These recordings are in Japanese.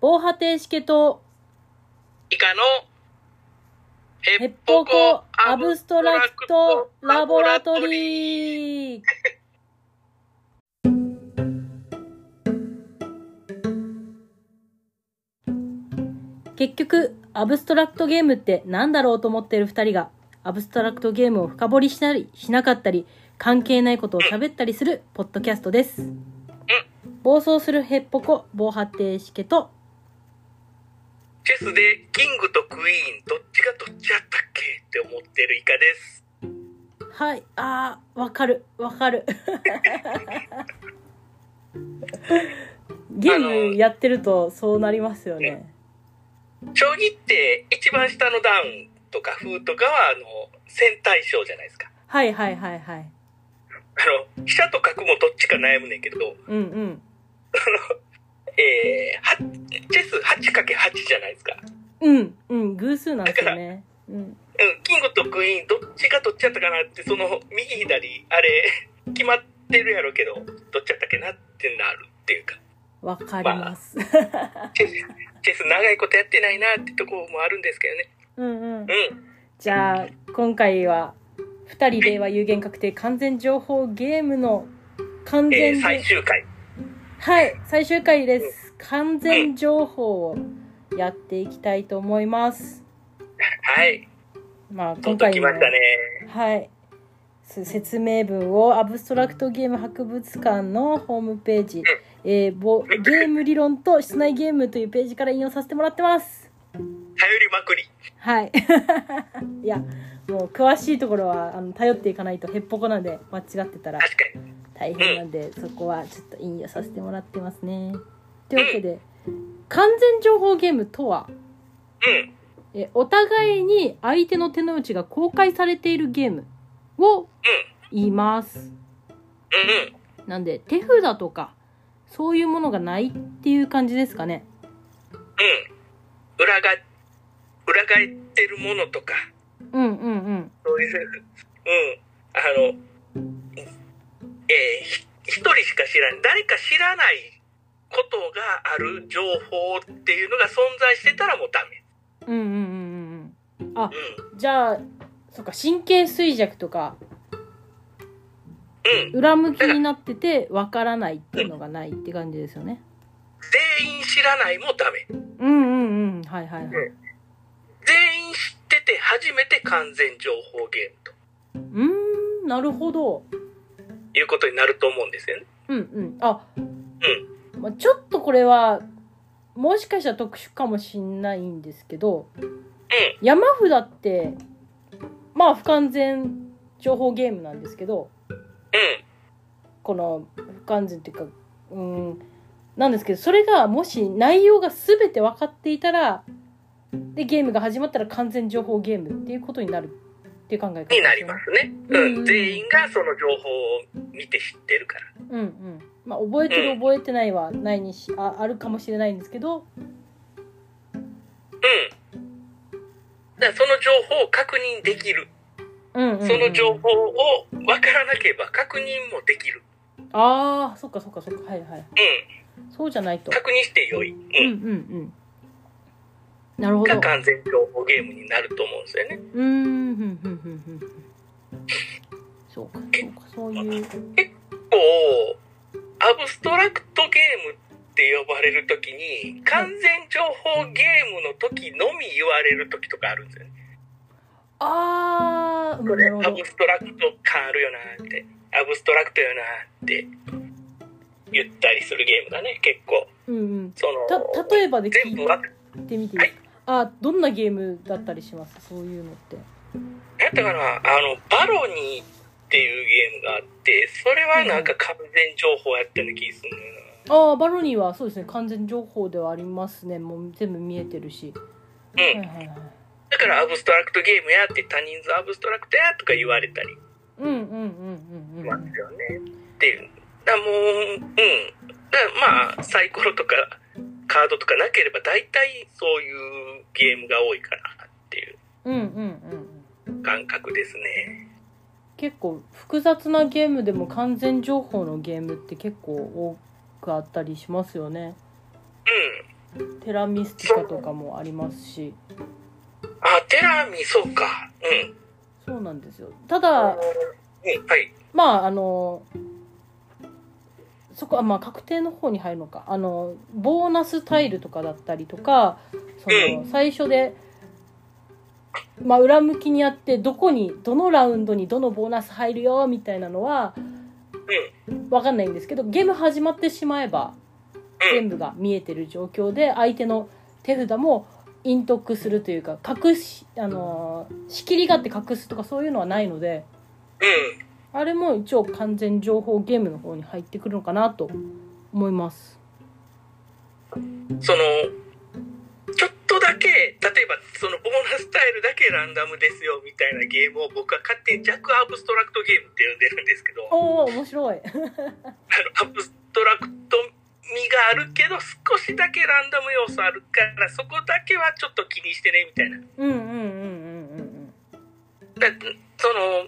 防波堤式と以下のヘヘッッポポココアアブブスストトララククトトララボボララトトリリーー 結局アブストラクトゲームって何だろうと思っている2人がアブストラクトゲームを深掘りしたりしなかったり関係ないことを喋ったりするポッドキャストです暴走するヘッポコ防波堤しけとチェスでキングとクイーンどっちがどっちやったっけって思ってるイカですはいあーわかるわかるゲームやってるとそうなりますよね将棋って一番下のダウンとか風とかはあの戦対称じゃないですかはいはいはいはいあの飛車と角もどっちか悩むねんけど、うんうんえーは、チェス 8×8 じゃないですかうんうん偶数なんですよねうんうん、キングとクイーンどっちがどっちやったかなってその右左あれ決まってるやろうけどどっちやったっけなってなるっていうかわかります、チェスチェス長いことやってないなってとこもあるんですけどね うんうんうんじゃあ今回は2人では有限確定完全情報ゲームの完全、えー最終回はい最終回です完全情報をやっていきたいと思いますはいまあと今っと回きもましたねはいす説明文をアブストラクトゲーム博物館のホームページ、えーぼゲーム理論と室内ゲームというページから引用させてもらってます頼りまくりはい。 いや、もう詳しいところはあの頼っていかないとヘッポコなんで間違ってたら確かに大変なんで、そこはちょっと引用させてもらってますね。というわけで、完全情報ゲームとは、うんえお互いに相手の手の内が公開されているゲームを言います。うんうんなんで、手札とか、そういうものがないっていう感じですかね。うん裏が裏返ってるものとかうんうんうん。そういううんあのえーひ一人しか知らない誰か知らないことがある情報っていうのが存在してたらもうダうメんうんうんうんうん。あ、うじゃあ、そっか、神経衰弱とか、んうん裏向きになっててわからないっていうのがないって感じですよね。全員知らないもダメうんうんうん。はいはいはい。全員知ってて初めて完全情報ゲームうーん、なるほど。ということになると思うんですよね。うんうん。あ、うまあ、ちょっとこれは、もしかしたら特殊かもしんないんですけど、う山札って、まあ不完全情報ゲームなんですけど、うん。この不完全っていうか、うーん、なんですけど、それがもし内容が全て分かっていたら、で、ゲームが始まったら完全情報ゲームっていうことになるっていう考え方ですによねなりますね。うん。うん全員がその情報を見て知ってるから。うんうん。まあ、覚えてうるん覚えてないはないにし、ああるかもしれないんですけど、うん。だからその情報を確認できる。うんうんうん、その情報を分からなければ確認もできる。ああ、そっかそっかそっか。はいはい。うん。そうじゃないと。確認してよい。うんう。うんんうん。なるほど。がう完全情報ゲームになると思うんですよね。ーん、ふんふんふんふんふん。そうか、そうか、そういう。こう、アブストラクトゲームって呼ばれるときに、完全情報ゲームの時のみ言われる時とかあるんですよね。ああ、うんこなれるほアどブ。ストラクト感あるよなってアブストラクトよなって言ったりするゲームだね結構うんうん。そのた、例えばで全聞部いわてみていいですかあ、どんなゲームだったりしますそういうのって。何やったかなあのバロニーっていうゲームがあってそれはなんか完全情報やってる気するのよああ、バロニーはそうですね、完全情報ではありますね。もう全部見えてるし。なはいうんはいはい。だからアブストラクトゲームやって他人数アブストラクトやとか言われたりうんうんうんうんうしんまうすん。よねっていうだからもううんだからまあサイコロとかカードとかなければ大体そういうゲームが多いかなっていううんうんうん。感覚ですね。結構複雑なゲームでも完全情報のゲームって結構多くあったりしますよね。う手テラミスティカとかもありますしあ、テラミ、そうか。うん。そうなんですよただうん、はい。まああのそこはまあ確定の方に入るのかあのボーナスタイルとかだったりとかその最初で、まあ、裏向きにやってどこにどのラウンドにどのボーナス入るよみたいなのは分かんないんですけどゲーム始まってしまえばうん。全部が見えてる状況で相手の手札も隠匿するというか隠し、あのー仕切りがあって隠すとかそういうのはないのでうん。あれも一応完全情報ゲームの方に入ってくるのかなと思います。その、ちょっとだけ、例えば、そのボーナスタイルだけランダムですよ、みたいなゲームを僕は勝手に弱アブストラクトゲームって呼んでるんですけど、あの、おお面白いアブストラクト味があるけど、少しだけランダム要素あるから、そこだけはちょっと気にしてね、みたいな。うんうんうんうんうんだその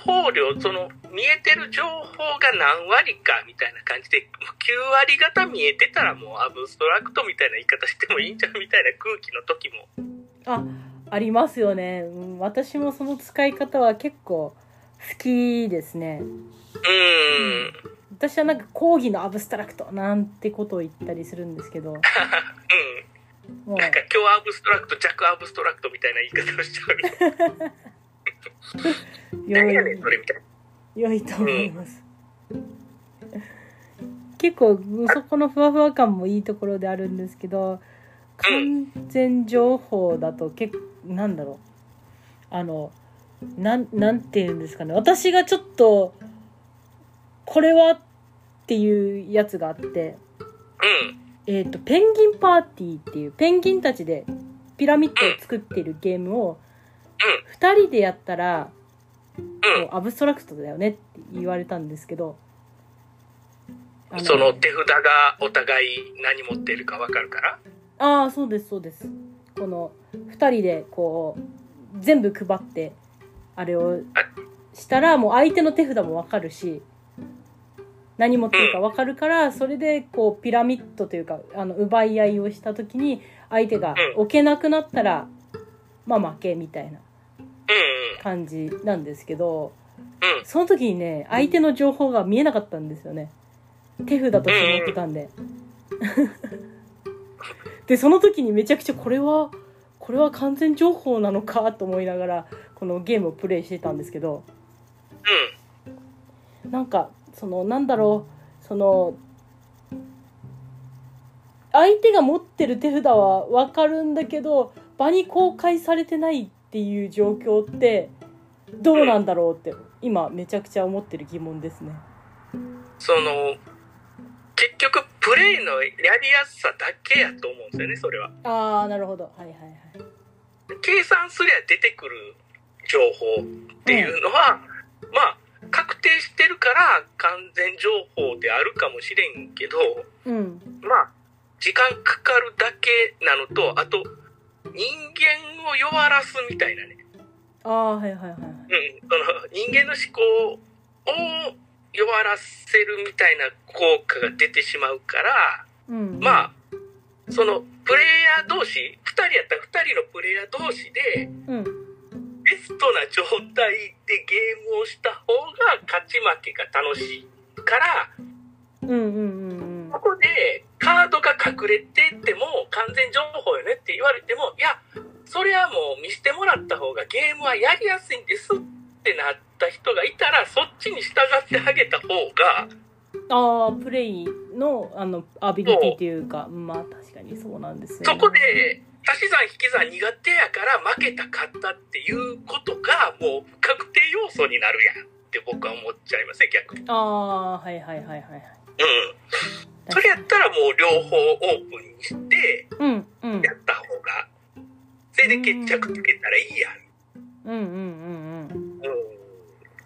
情報量その見えてる情報が何割かみたいな感じで9割方見えてたらもうアブストラクトみたいな言い方してもいいんじゃんみたいな空気の時もあありますよね、うん、私もその使い方は結構好きですねうーん私はなんか講義のアブストラクトなんてことを言ったりするんですけどうもんなんかう今日アブストラクト弱アブストラクトみたいな言い方をしちゃうよ何やねんそれみたいな良いと思います、結構そこのふわふわ感もいいところであるんですけど完全情報だと結なんだろうあのなんなんて言うんですかね私がちょっとこれはっていうやつがあって、うんえー、とペンギンパーティーっていうペンギンたちでピラミッドを作っているゲームを2人でやったらうんもうアブストラクトだよねって言われたんですけどあその手札がお互い何持ってるか分かるからああそうですそうですこの2人でこう全部配ってあれをしたらもう相手の手札も分かるし何持ってるか分かるからそれでこうピラミッドというかあの奪い合いをした時に相手がうん置けなくなったらまあ負けみたいなう感じなんですけどんうんうんその時にね、相手の情報が見えなかったんですよね。手札として持ってたんで。で、その時にめちゃくちゃこれは、これは完全情報なのかと思いながら、このゲームをプレイしてたんですけど、なんか、その、なんだろう、その、相手が持ってる手札はわかるんだけど、場に公開されてないっていう状況って、どうなんだろうって、今めちゃくちゃ思ってる疑問ですね。その結局プレイのやりやすさだけやと思うんですよねそれはああなるほどはいはいはい計算すりゃ出てくる情報っていうのは、まあ確定してるから完全情報であるかもしれんけどうんまあ時間かかるだけなのとあと人間を弱らすみたいなね、ああはいはいはいはいうん、その人間の思考を弱らせるみたいな効果が出てしまうからうんまあ、その、プレイヤー同士、2人やったら2人のプレイヤー同士で、うんベストな状態でゲームをした方が勝ち負けが楽しいから、うんうんうんうんここでカードが隠れてても完全情報よねって言われても、いや、それはもう見せてもらった方がゲームはやりやすいんですってなった人がいたら、そっちに従ってあげた方が、ああプレイのあのアビリティというかまあ確かにそうなんですよ、ね、そこで足し算引き算苦手やから負けたかったっていうことがもう確定要素になるやんって僕は思っちゃいますね逆に。うん。ああはいはいはいはいはいそれやったらもう両方オープンにしてうんうんやった方がそれで決着つけたらいいやん。うんうんうんうんうん。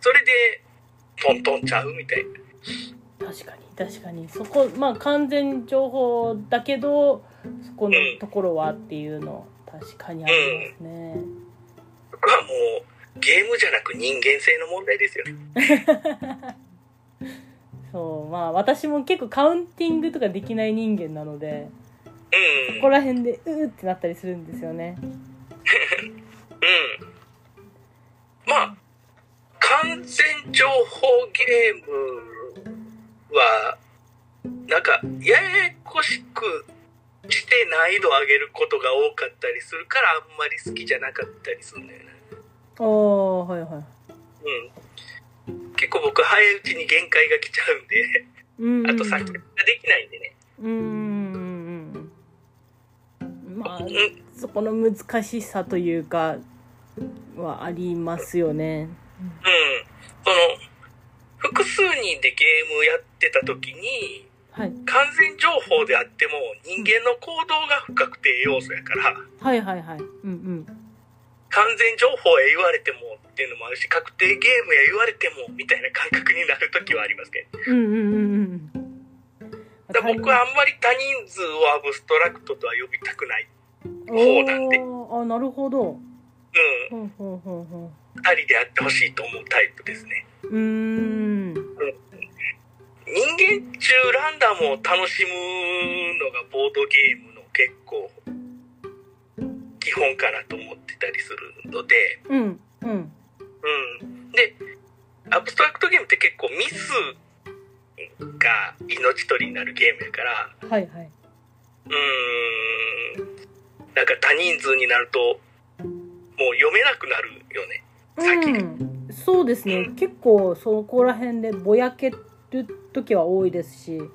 それでトントンちゃうみたいな。確かに確かにそこまあ完全情報だけどそこのところはっていうの確かにありますね、僕はもうゲームじゃなく人間性の問題ですよね。そうまあ私も結構カウンティングとかできない人間なのでうん。ここら辺でうーってなったりするんですよねうん。まあ、完全情報ゲームは、なんか、ややこしくして難易度を上げることが多かったりするから、あんまり好きじゃなかったりするんだよね。おーはいはいうん。結構僕、早いうちに限界が来ちゃうんで、うんあと先ができないんでね。うんうんうんまあうん。そこの難しさというかはありますよねうん。その、複数人でゲームやってた時に、はい完全情報であっても人間の行動が不確定要素やからはいはいはいうん完全情報へ言われてもっていうのもあるし確定ゲームへ言われてもみたいな感覚になる時はありますねうんうんうんうんうんだから僕はあんまり他人数をアブストラクトとは呼びたくない方なんでおーあなるほどうほうほうほうほん2人であってほしいと思うタイプですねううーん人間中ランダムを楽しむのがボードゲームの結構基本かなと思ってたりするので、うんうんうん。で、アブストラクトゲームって結構ミスが命取りになるゲームやから、はいはい。うーん、なんか多人数になると、もう読めなくなるよね。先にうん、そうですね。結構そこら辺でぼやける時は多いですし、うん、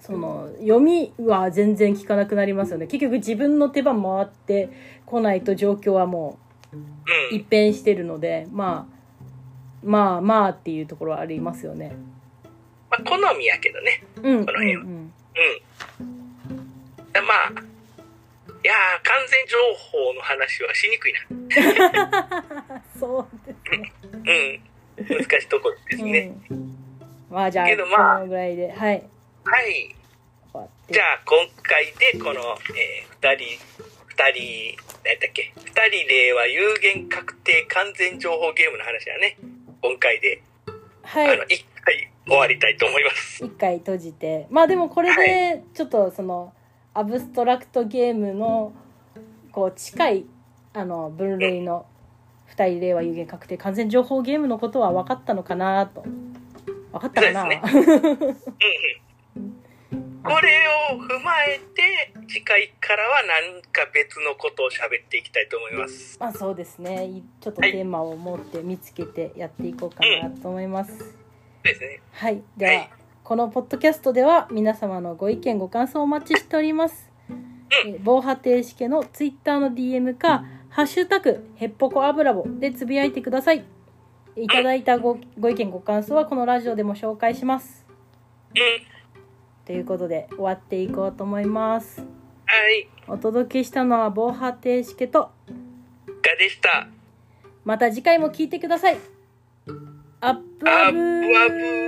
その読みは全然聞かなくなりますよね。結局自分の手番回ってこないと状況はもううん。一変してるので、まあ。まあまあっていうところはありますよね。まあ、好みやけどね。うん。うんこの辺はうん、うん。だまあ、いやー、完全情報の話はしにくいな。そうでうん。難しいところですすね。ね。うん、まあじゃあ、けどまあこのぐらいで、はい。はい。終わってじゃあ今回でこの、えー、2人2人何だっけ2人では有限確定完全情報ゲームの話だね今回で、はあいの。1回終わりたいと思います一回閉じてまあでもこれでちょっとそのアブストラクトゲームのこう近いあの分類の二人令和有限確定完全情報ゲームのことは分かったのかなと分かったかな、そうでうんうんこれを踏まえて次回からは何か別のことを喋っていきたいと思います まあそうですねちょっとはいテーマを持って見つけてやっていこうかなと思います、ですねはい、では、はいこのポッドキャストでは皆様のご意見ご感想をお待ちしております。えー防波堤式のツイッターの DM か「ハッシュタグへっぽこあぶらぼ」でつぶやいてください。いただいたごご意見ご感想はこのラジオでも紹介します。うんということで終わっていこうと思います。はいお届けしたのは防波堤式とがでしたまた次回も聞いてください。アップアアブブアブ